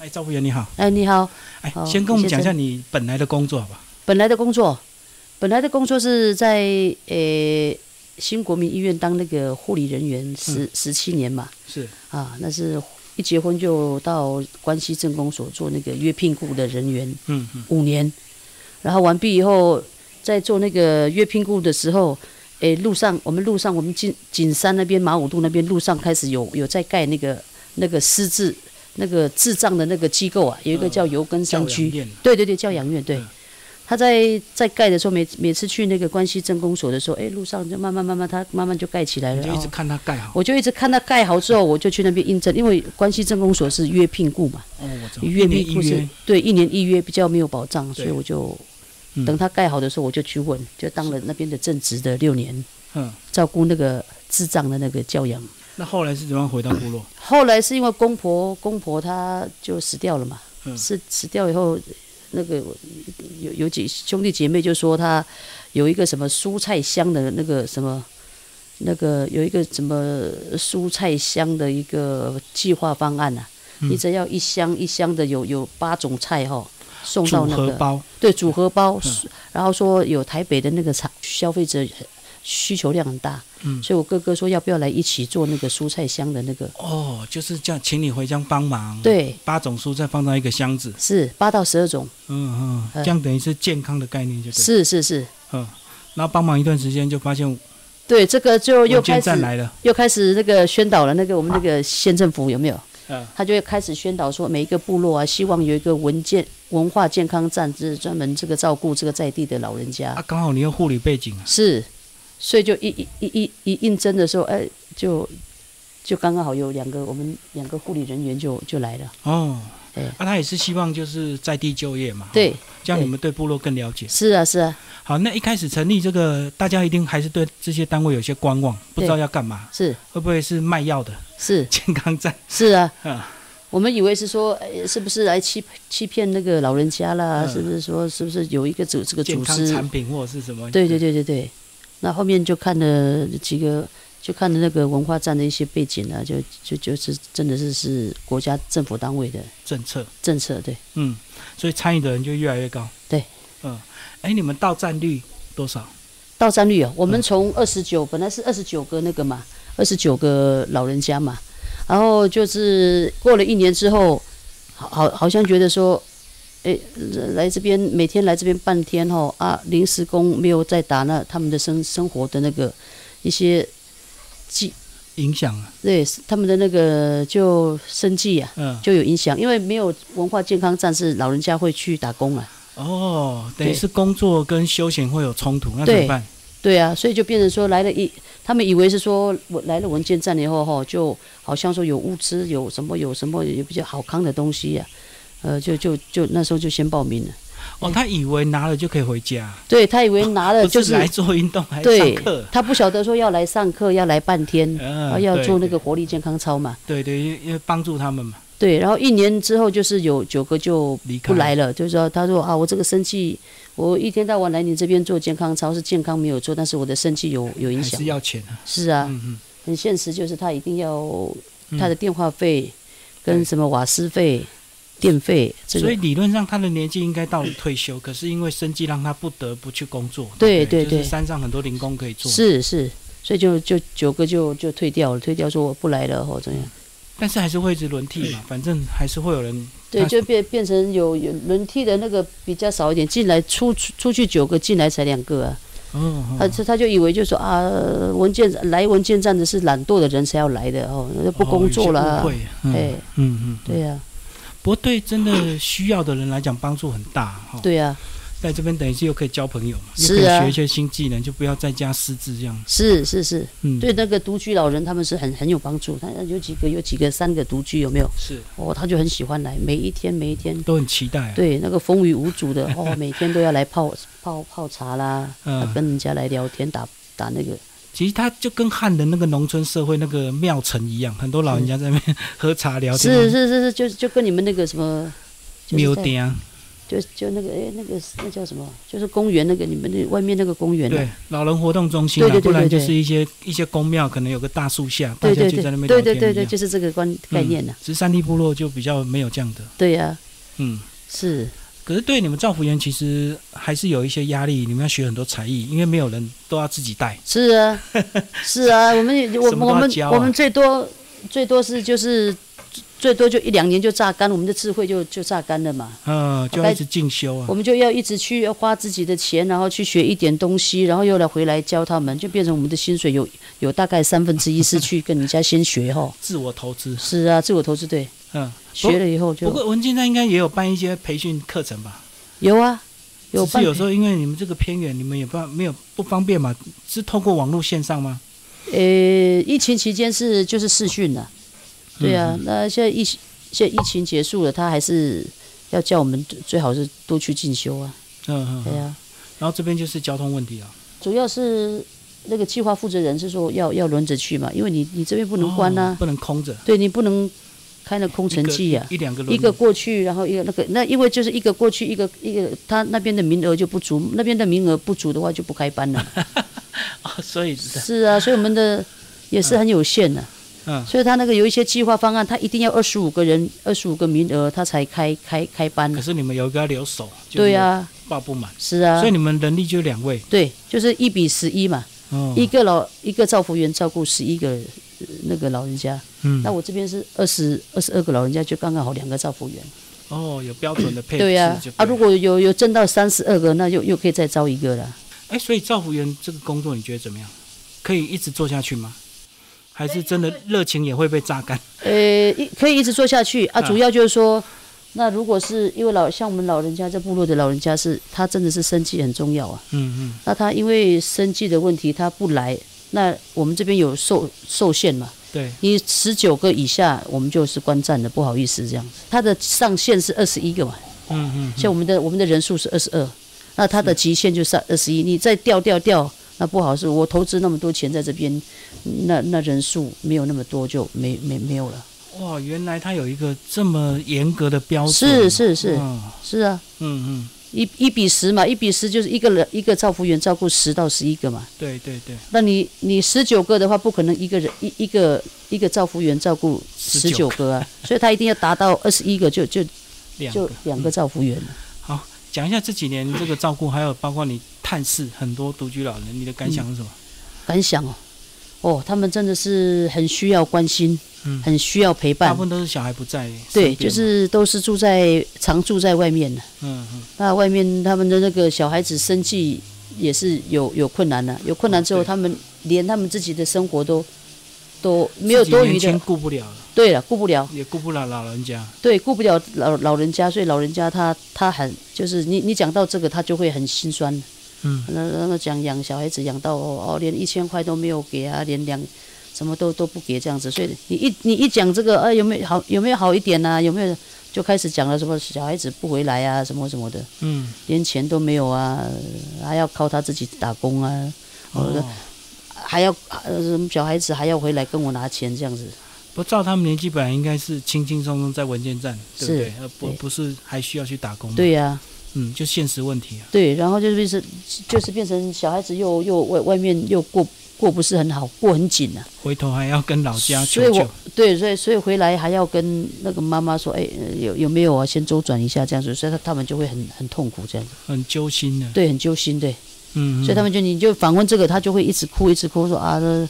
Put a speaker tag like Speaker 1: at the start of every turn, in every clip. Speaker 1: 哎，赵服务员你好，
Speaker 2: 哎，你好，
Speaker 1: 哎
Speaker 2: 好，
Speaker 1: 先跟我们
Speaker 2: 谢
Speaker 1: 讲
Speaker 2: 谢
Speaker 1: 一下你本来的工作好不好？
Speaker 2: 本来的工作，本来的工作是在呃新国民医院当那个护理人员十十七年嘛，
Speaker 1: 是
Speaker 2: 啊，那是一结婚就到关西政工所做那个约聘雇的人员
Speaker 1: 嗯嗯
Speaker 2: 五年，然后完毕以后，在做那个约聘雇的时候，诶，路上我们路上我们进景山那边马武路那边路上开始有有在盖那个那个失智那个智障的那个机构啊，有一个叫油根
Speaker 1: 嗯
Speaker 2: 山
Speaker 1: 教
Speaker 2: 区
Speaker 1: 养。院啊
Speaker 2: 对对对，教养院对
Speaker 1: 嗯。
Speaker 2: 他在在盖的时候，每每次去那个关西镇公所的时候，哎，路上就慢慢慢慢，他慢慢就盖起来了。
Speaker 1: 你就一直
Speaker 2: 哦
Speaker 1: 看他盖好。
Speaker 2: 我就一直看他盖好之后，我就去那边应征，因为关西镇公所是约聘雇嘛，
Speaker 1: 哦，我知道。
Speaker 2: 约
Speaker 1: 一年
Speaker 2: 聘
Speaker 1: 一
Speaker 2: 雇是
Speaker 1: 约，
Speaker 2: 对一年一约比较没有保障，所以
Speaker 1: 对
Speaker 2: 我就
Speaker 1: 嗯
Speaker 2: 等他盖好的时候，我就去问，就当了那边的正职的六年，
Speaker 1: 嗯，
Speaker 2: 照顾那个智障的那个教养。
Speaker 1: 那后来是怎么样回到部落？
Speaker 2: 后来是因为公婆公婆她就死掉了嘛，
Speaker 1: 嗯
Speaker 2: 死死掉以后，那个有有几兄弟姐妹就说她有一个什么蔬菜箱的那个什么。那个有一个什么蔬菜箱的一个计划方案啊，
Speaker 1: 嗯
Speaker 2: 你只要一箱一箱的有有八种菜哈、送
Speaker 1: 组
Speaker 2: 到那
Speaker 1: 合
Speaker 2: 个
Speaker 1: 包，
Speaker 2: 对组合包
Speaker 1: 嗯，
Speaker 2: 然后说有台北的那个厂消费者需求量很大，
Speaker 1: 嗯
Speaker 2: 所以我哥哥说要不要来一起做那个蔬菜箱的那个
Speaker 1: 哦，就是这样，请你回乡帮忙。，
Speaker 2: 对，
Speaker 1: 八种蔬菜放到一个箱子，
Speaker 2: 是八到十二种，
Speaker 1: 嗯嗯，
Speaker 2: 嗯
Speaker 1: 这样等于是健康的概念，就对。
Speaker 2: 是是是，
Speaker 1: 嗯，然后帮忙一段时间，就发现
Speaker 2: 对，这个就又
Speaker 1: 文件
Speaker 2: 开始
Speaker 1: 站来了。
Speaker 2: 又开始那个宣导了，那个我们那个县政府有没有？
Speaker 1: 嗯，
Speaker 2: 他就会开始宣导说，每一个部落啊，希望有一个文件文化健康站，就是专门这个照顾这个在地的老人家。
Speaker 1: 啊，刚好你有护理背景啊。
Speaker 2: 是，所以就一一一一一应征的时候，哎，就就刚刚好有两个我们两个护理人员就就来了。
Speaker 1: 哦
Speaker 2: 对，
Speaker 1: 啊，他也是希望就是在地就业嘛。
Speaker 2: 对
Speaker 1: 哦，，这样你
Speaker 2: 对
Speaker 1: 们对部落更了解。
Speaker 2: 是啊是啊
Speaker 1: 好，那一开始成立这个，大家一定还是对这些单位有些观望，不知道要干嘛，
Speaker 2: 是
Speaker 1: 会不会是卖药的
Speaker 2: 是
Speaker 1: 健康站？
Speaker 2: 是啊
Speaker 1: 嗯。
Speaker 2: 我们以为是说，哎，是不是来欺欺骗那个老人家啦？
Speaker 1: 嗯
Speaker 2: 是不是说，是不是有一个组这个
Speaker 1: 健
Speaker 2: 组
Speaker 1: 康
Speaker 2: 织？
Speaker 1: 产品或者是什么？
Speaker 2: 对对对对对，那后面就看了几个，就看了那个文化站的一些背景啊，就就就是真的是是国家政府单位的
Speaker 1: 政策，
Speaker 2: 政策，对，
Speaker 1: 嗯，所以参与的人就越来越高。
Speaker 2: 对，
Speaker 1: 嗯，哎，你们到站率多少？
Speaker 2: 到站率哦，我们从二十九本来是二十九个那个嘛，二十九个老人家嘛，然后就是过了一年之后，好好好像觉得说。诶，来这边每天来这边半天哦啊，临时工没有再打那他们的生生活的那个一些计
Speaker 1: 影响啊，
Speaker 2: 对他们的那个就生计啊，
Speaker 1: 嗯，
Speaker 2: 就有影响，因为没有文化健康站是老人家会去打工啊，
Speaker 1: 哦，等于
Speaker 2: 对
Speaker 1: 是工作跟休闲会有冲突，那怎么办？
Speaker 2: 对啊，所以就变成说来了一，他们以为是说我来了文件站以后哈，就好像说有物资，有什么有什么有比较好康的东西呀、呃，就就就那时候就先报名了，
Speaker 1: 哦，他以为拿了就可以回家，
Speaker 2: 对他以为拿
Speaker 1: 哦
Speaker 2: 了
Speaker 1: 不
Speaker 2: 嗯呃就是
Speaker 1: 来做运动，还上
Speaker 2: 对
Speaker 1: 课，，
Speaker 2: 他不晓得说要来上课，要来半天，啊
Speaker 1: 嗯
Speaker 2: 要做那
Speaker 1: 对
Speaker 2: 个活力健康操嘛，
Speaker 1: 对对，因为因为帮助他们嘛，
Speaker 2: 对，然后一年之后就是有九个就
Speaker 1: 离开
Speaker 2: 不来了，就是说他说啊，我这个生气，我一天到晚来你这边做健康操是健康没有做，但是我的生气有有影
Speaker 1: 还
Speaker 2: 响
Speaker 1: 是。要钱啊，
Speaker 2: 是啊，
Speaker 1: 嗯嗯。
Speaker 2: 很现实，就是他一定要
Speaker 1: 嗯
Speaker 2: 他的电话费
Speaker 1: 对
Speaker 2: 跟什么瓦斯费、电费这
Speaker 1: 所
Speaker 2: 个
Speaker 1: 以。理论上他的年纪应该到了退 休，可是因为生计让他不得不去工作。
Speaker 2: 对
Speaker 1: 不
Speaker 2: 对
Speaker 1: 就
Speaker 2: 对
Speaker 1: 是山上很多零工可以做。，
Speaker 2: 是是，所以就就九个就就退掉了，退掉说我不来了或怎样。
Speaker 1: 但是还是会一直轮替嘛，反正还是会有人。
Speaker 2: 对，
Speaker 1: 那
Speaker 2: 就变变成有有轮替的那个比较少一点，进来出出出去九个，进来才两个啊。
Speaker 1: 哦，
Speaker 2: 他他他就以为就说啊，文件来文件站的是懒惰的人才要来的哦，那就不工作了啊。
Speaker 1: 会，嗯
Speaker 2: 哎
Speaker 1: 嗯嗯，
Speaker 2: 对
Speaker 1: 嗯。
Speaker 2: 啊呀、
Speaker 1: 不过对真的需要的人来讲帮助很大哈。
Speaker 2: 对啊呀、
Speaker 1: 在这边等于是又可以交朋友嘛，又
Speaker 2: 是
Speaker 1: 可以
Speaker 2: 啊
Speaker 1: 学一些新技能，就不要在家失智这样。
Speaker 2: 是是是，
Speaker 1: 嗯，
Speaker 2: 对，那个独居老人他们是很很有帮助。他有几个有几个三个独居有没有？
Speaker 1: 是
Speaker 2: 哦，他就很喜欢来，每一天每一天，
Speaker 1: 都很期待啊。
Speaker 2: 对，那个风雨无阻的哦，每天都要来泡泡泡茶啦，
Speaker 1: 嗯
Speaker 2: 跟人家来聊天打打那个，
Speaker 1: 其实他就跟汉人那个农村社会那个庙城一样，很多老人家在那边 喝茶聊天。
Speaker 2: 是是是是，就就跟你们那个什么，就是
Speaker 1: 庙
Speaker 2: 在
Speaker 1: 顶啊，
Speaker 2: 就就那个哎那个那叫什么？就是公园那个你们那外面那个公园、啊
Speaker 1: 对，老人活动中心啊
Speaker 2: 对对对，
Speaker 1: 不然
Speaker 2: 对
Speaker 1: 就
Speaker 2: 对
Speaker 1: 是一些一些宫庙，可能有个大树下，大
Speaker 2: 对
Speaker 1: 家
Speaker 2: 对
Speaker 1: 就
Speaker 2: 对
Speaker 1: 在那边
Speaker 2: 对
Speaker 1: 聊
Speaker 2: 对对
Speaker 1: 天一
Speaker 2: 对，
Speaker 1: 样。嗯
Speaker 2: 就是这个观概念呐、
Speaker 1: 其实山地部落就比较没有这样的，
Speaker 2: 对呀、
Speaker 1: 嗯。
Speaker 2: 是，
Speaker 1: 可是对你们造福员其实还是有一些压力，你们要学很多才艺，因为没有人都要自己带。
Speaker 2: 是 啊，是啊，我们也我
Speaker 1: 什么都
Speaker 2: 我
Speaker 1: 要
Speaker 2: 们
Speaker 1: 教啊
Speaker 2: 我们最多最多是就是最多就一两年就榨干，我们的智慧就就榨干了嘛。
Speaker 1: 嗯，就要一直进修啊
Speaker 2: 哦我。们就要一直去要花自己的钱，然后去学一点东西，然后又来回来教他们，就变成我们的薪水有有大概三分之一是去跟人家先学哈。
Speaker 1: 自我投资，
Speaker 2: 是啊，自我投资对，
Speaker 1: 嗯，不
Speaker 2: 学了以后
Speaker 1: 不
Speaker 2: 就
Speaker 1: 过文静站应该也有办一些培训课程吧？
Speaker 2: 有啊，有
Speaker 1: 只是
Speaker 2: 办
Speaker 1: 有时候因为你们这个偏远，你们也不没有不方便嘛，是透过网络线上吗？
Speaker 2: 呃，疫情期间是就是视讯了，对啊，
Speaker 1: 嗯
Speaker 2: 那现在疫情现在疫情结束了，他还是要叫我们最最好是多去进修啊，
Speaker 1: 嗯嗯
Speaker 2: 对
Speaker 1: 嗯。
Speaker 2: 啊，
Speaker 1: 然后这边就是交通问题啊，
Speaker 2: 主要是那个计划负责人是说要要轮着去嘛，因为你你这边不
Speaker 1: 不
Speaker 2: 能关啊，
Speaker 1: 哦不能空着。
Speaker 2: 对你不能开了空城计呀、
Speaker 1: 一两个轮
Speaker 2: 啊一个过去，然后一个那个，那因为就是一个过去，一个一个，他那边的名额就不足，那边的名额不足的话就不开班了。
Speaker 1: 啊，所以
Speaker 2: 是啊，所以我们的也是很有限的、
Speaker 1: 嗯
Speaker 2: 所以他那个有一些计划方案，他一定要二十五个人，二十五个名额，他才开开开班
Speaker 1: 可。是你们有一个要留守，就是
Speaker 2: 对啊，
Speaker 1: 报不满，
Speaker 2: 是啊
Speaker 1: 所以，你们人力就两位，
Speaker 2: 对，就是一比十一嘛，
Speaker 1: 哦，
Speaker 2: 一个老一个照服员照顾十一个呃那个老人家，
Speaker 1: 嗯
Speaker 2: 那我这边是二十二十二个老人家，就刚刚好两个照服员。
Speaker 1: 哦有标准的配置，
Speaker 2: 对呀、
Speaker 1: 就对
Speaker 2: 啊，如果有有挣到三十二个，那就又可以再招一个了。
Speaker 1: 哎，所以造福员这个工作你觉得怎么样？可以一直做下去吗？还是真的热情也会被榨干？
Speaker 2: 呃，一可以一直做下去啊。
Speaker 1: 嗯
Speaker 2: 主要就是说，那如果是因为老像我们老人家在部落的老人家是，他真的是生计很重要啊。
Speaker 1: 嗯嗯，
Speaker 2: 那他因为生计的问题，他不来，那我们这边有受受限嘛。
Speaker 1: 对，
Speaker 2: 你十九个以下，我们就是观战的，不好意思这样。他的上限是二十一个嘛，
Speaker 1: 嗯嗯嗯，
Speaker 2: 像我们的我们的人数是二十二，那他的极限就是二十一，你再掉掉掉，那不好是，我投资那么多钱在这边，那那人数没有那么多就没没没有了。
Speaker 1: 嗯哇，原来他有一个这么严格的标准，
Speaker 2: 是是是
Speaker 1: 哦
Speaker 2: 是啊，
Speaker 1: 嗯嗯，
Speaker 2: 一一比十嘛，一比十就是一个人一个照服员照顾十到十一个嘛。
Speaker 1: 对对对，
Speaker 2: 那你你十九个的话，不可能一个人一一个一个照服员照顾十九
Speaker 1: 19
Speaker 2: 个 啊，所以他一定要达到二十一个就就
Speaker 1: 两
Speaker 2: 就
Speaker 1: 个。嗯
Speaker 2: 两个照服员。
Speaker 1: 讲一下这几年这个照顾，还有包括你探视很多独居老人，你的感想是什么？
Speaker 2: 嗯感想哦，哦，他们真的是很需要关心，
Speaker 1: 嗯
Speaker 2: 很需要陪
Speaker 1: 大
Speaker 2: 伴
Speaker 1: 部。分都是小孩不在身边
Speaker 2: 对，
Speaker 1: 嘛，
Speaker 2: 就是都是住在常住在外面的。
Speaker 1: 嗯嗯，
Speaker 2: 那外面他们的那个小孩子生计也是有有困难的、有困难之后，
Speaker 1: 哦对
Speaker 2: 他们连他们自己的生活都都没有
Speaker 1: 自己
Speaker 2: 多余
Speaker 1: 年轻
Speaker 2: 的。
Speaker 1: 顾不了，
Speaker 2: 对了，顾不了，
Speaker 1: 也顾不了老人家。
Speaker 2: 对，顾不了老老人家，所以老人家他他很就是你你讲到这个，他就会很心酸。
Speaker 1: 嗯，
Speaker 2: 那那个讲养小孩子养到哦哦，连一千块都没有给啊，连两什么都都不给这样子，所以你一你一讲这个，啊，有没有好有没有好一点呐、有没有就开始讲了什么小孩子不回来啊，什么什么的，
Speaker 1: 嗯，
Speaker 2: 连钱都没有啊，还要靠他自己打工啊，
Speaker 1: 哦
Speaker 2: 哦，还要呃什么小孩子还要回来跟我拿钱这样子，
Speaker 1: 不照他们年纪，本来应该是轻轻松松在文件站，对不
Speaker 2: 是
Speaker 1: 对？而不
Speaker 2: 对
Speaker 1: 不是还需要去打工。
Speaker 2: 对，呀、
Speaker 1: 嗯，就现实问题啊。
Speaker 2: 对，然后就是变成就是变成小孩子又又外外面又过过不是很好，过很紧啊。
Speaker 1: 回头还要跟老家
Speaker 2: 所以
Speaker 1: 求
Speaker 2: 我
Speaker 1: 救。
Speaker 2: 对，所以所以回来还要跟那个妈妈说，哎，呃有有没有啊？先周转一下这样子，所以他他们就会很很痛苦这样子，
Speaker 1: 很揪心的。
Speaker 2: 对，很揪心，对，
Speaker 1: 嗯，嗯
Speaker 2: 所以他们就你就访问这个，他就会一直哭，一直哭，说啊，这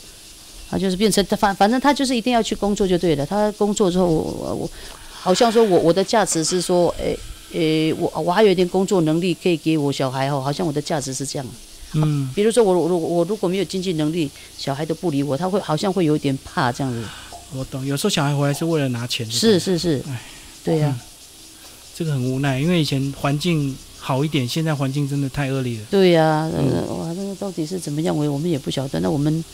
Speaker 2: 他就是变成他反反正他就是一定要去工作就对了，他工作之后，我我我好像说我我的价值是说，哎。诶，我我还有一点工作能力可以给我小孩哦，好像我的价值是这样。
Speaker 1: 嗯，
Speaker 2: 比如说我我如果我如果没有经济能力，小孩都不理我，他会好像会有一点怕这样子。
Speaker 1: 我懂。有时候小孩回来是为了拿钱的，
Speaker 2: 是是是
Speaker 1: 哎，
Speaker 2: 对呀、
Speaker 1: 这个很无奈，因为以前环境好一点，现在环境真的太恶劣了。
Speaker 2: 对呀、呃，哇，那个到底是怎么样，我也我们也不晓得。那我们，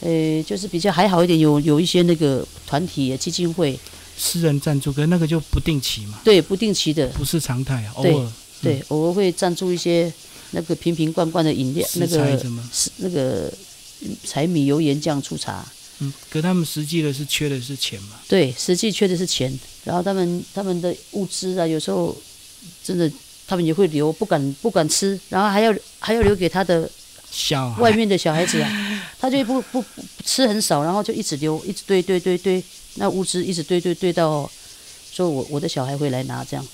Speaker 2: 呃，就是比较还好一点，有有一些那个团体基金会，
Speaker 1: 私人赞助，可是那个就不定期嘛，
Speaker 2: 对，不定期的，
Speaker 1: 不是常态啊，偶
Speaker 2: 对
Speaker 1: 尔
Speaker 2: 对，偶尔会赞助一些那个瓶瓶罐罐的饮料，
Speaker 1: 食
Speaker 2: 那
Speaker 1: 材
Speaker 2: 个
Speaker 1: 什么。
Speaker 2: 是那个嗯柴米油盐酱醋茶，
Speaker 1: 嗯，可他们实际的是缺的是钱嘛。
Speaker 2: 对，实际缺的是钱。然后他们他们的物资啊，有时候真的他们也会留，不敢不敢吃，然后还要还要留给他的
Speaker 1: 小孩
Speaker 2: 外面的小孩子 啊，他就不不不吃很少，然后就一直留，一直堆堆堆堆，那物资一直堆堆堆到，说我我的小孩会来拿这样。
Speaker 1: 嗯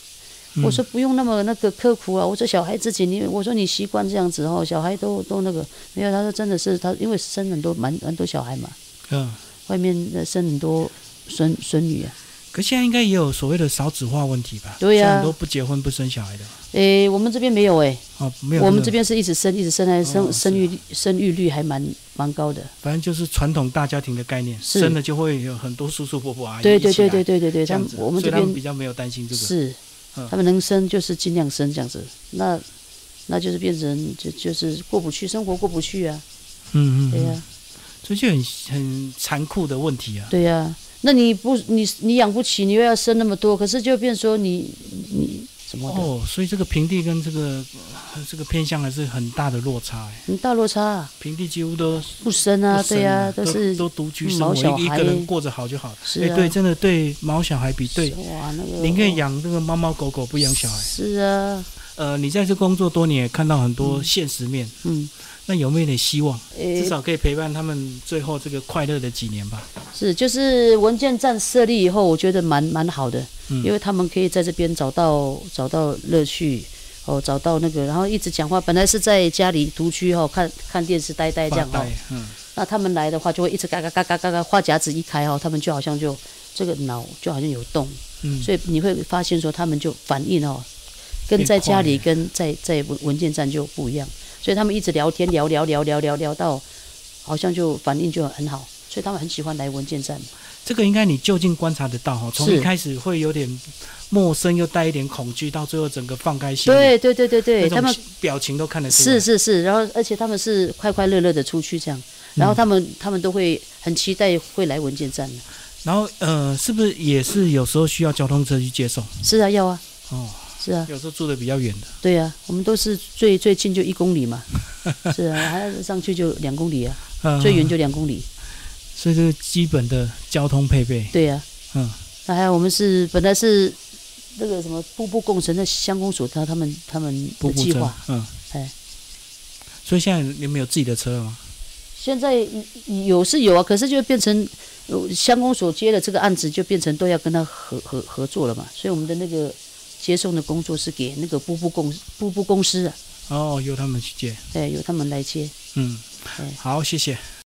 Speaker 2: 我说不用那么那个刻苦啊，我说小孩自己你，我说你习惯这样子哦，小孩都都那个没有，他说真的是他，因为生很多蛮蛮多小孩嘛，
Speaker 1: 嗯，
Speaker 2: 外面的生很多孙孙女啊，
Speaker 1: 可现在应该也有所谓的少子化问题吧？
Speaker 2: 对呀
Speaker 1: 现在很多不结婚不生小孩的
Speaker 2: 诶，我们这边没有诶，
Speaker 1: 哦，没有个。
Speaker 2: 我们这边是一直生一直生，还生、
Speaker 1: 哦
Speaker 2: 生育
Speaker 1: 是
Speaker 2: 率生育率还蛮蛮高的，
Speaker 1: 反正就是传统大家庭的概念，
Speaker 2: 是
Speaker 1: 生了就会有很多叔叔伯伯阿姨
Speaker 2: 对
Speaker 1: 一起
Speaker 2: 对对
Speaker 1: 来
Speaker 2: 对对对对，
Speaker 1: 啊这
Speaker 2: 他
Speaker 1: 样
Speaker 2: 们
Speaker 1: 子，
Speaker 2: 我们
Speaker 1: 所
Speaker 2: 这
Speaker 1: 以他们
Speaker 2: 边
Speaker 1: 比较没有担心这个。
Speaker 2: 是
Speaker 1: 嗯，
Speaker 2: 他们能生就是尽量生这样子，那那就是变成就就是过不去，生活过不去啊，
Speaker 1: 嗯嗯，
Speaker 2: 对呀、
Speaker 1: 嗯，这就很很残酷的问题啊。
Speaker 2: 对呀、那你不你你养不起，你又要生那么多，可是就变说你你什么的，
Speaker 1: 哦，所以这个平地跟这个呃这个偏向还是很大的落差哎，
Speaker 2: 你大落差啊、
Speaker 1: 平地几乎都
Speaker 2: 不生啊，
Speaker 1: 不生
Speaker 2: 对呀、
Speaker 1: 都
Speaker 2: 是
Speaker 1: 都独居生
Speaker 2: 毛
Speaker 1: 活，
Speaker 2: 小
Speaker 1: 一一
Speaker 2: 孩
Speaker 1: 个人过着好就好了。
Speaker 2: 是
Speaker 1: 哎
Speaker 2: 啊
Speaker 1: 对，真的对毛小孩比对，
Speaker 2: 哇那个
Speaker 1: 宁愿养这个猫猫狗狗，不养小孩。
Speaker 2: 是啊，
Speaker 1: 呃，你在这工作多年，也看到很多现实面，
Speaker 2: 嗯，
Speaker 1: 那有没有点希望？
Speaker 2: 诶
Speaker 1: 至少可以陪伴他们最后这个快乐的几年吧。
Speaker 2: 是就是文件站设立以后，我觉得蛮蛮好的，
Speaker 1: 嗯
Speaker 2: 因为他们可以在这边找到找到乐趣。哦，找到那个，然后一直讲话。本来是在家里独居哦，看看电视呆呆这样
Speaker 1: 发
Speaker 2: 哦
Speaker 1: 呆。，嗯，
Speaker 2: 那他们来的话，就会一直嘎嘎嘎嘎嘎嘎，话匣子一开哦，他们就好像就这个脑就好像有动，
Speaker 1: 嗯，
Speaker 2: 所以你会发现说他们就反应哦，跟在家里跟在在文文件站就不一样，所以他们一直聊天聊聊聊聊聊聊到好像就反应就很好，所以他们很喜欢来文件站。
Speaker 1: 这个应该你就近观察得到哈，从
Speaker 2: 是
Speaker 1: 一开始会有点陌生，又带一点恐惧，到最后整个放开心，，
Speaker 2: 对对对对对，
Speaker 1: 那种
Speaker 2: 他们
Speaker 1: 表情都看得出来。
Speaker 2: 是是是，然后而且他们是快快乐乐的出去这样，
Speaker 1: 嗯
Speaker 2: 然后他们、他们都会很期待会来文件站啊的。
Speaker 1: 然后呃，是不是也是有时候需要交通车去接送？
Speaker 2: 是啊，要啊，
Speaker 1: 哦，
Speaker 2: 是啊，
Speaker 1: 有时候住的比较远的，
Speaker 2: 对啊，我们都是最最近就一公里 嘛，是啊，还要上去就两公里啊，
Speaker 1: 呃，
Speaker 2: 最远就两公里。
Speaker 1: 所以这个基本的交通配备，
Speaker 2: 对呀、
Speaker 1: 嗯，
Speaker 2: 那还有我们是本来是那个什么步步共存的乡公所，他他们他们
Speaker 1: 步
Speaker 2: 的
Speaker 1: 步
Speaker 2: 计
Speaker 1: 车
Speaker 2: 划，，
Speaker 1: 嗯，
Speaker 2: 哎，
Speaker 1: 所以现在你们有自己的车了吗？
Speaker 2: 现在有是有啊，可是就变成呃乡公所接了这个案子，就变成都要跟他合合合作了嘛，所以我们的那个接送的工作是给那个步步公步步公司啊，
Speaker 1: 哦哦，由他们去接，
Speaker 2: 哎，由他们来接。
Speaker 1: 嗯
Speaker 2: 对，
Speaker 1: 好，谢谢。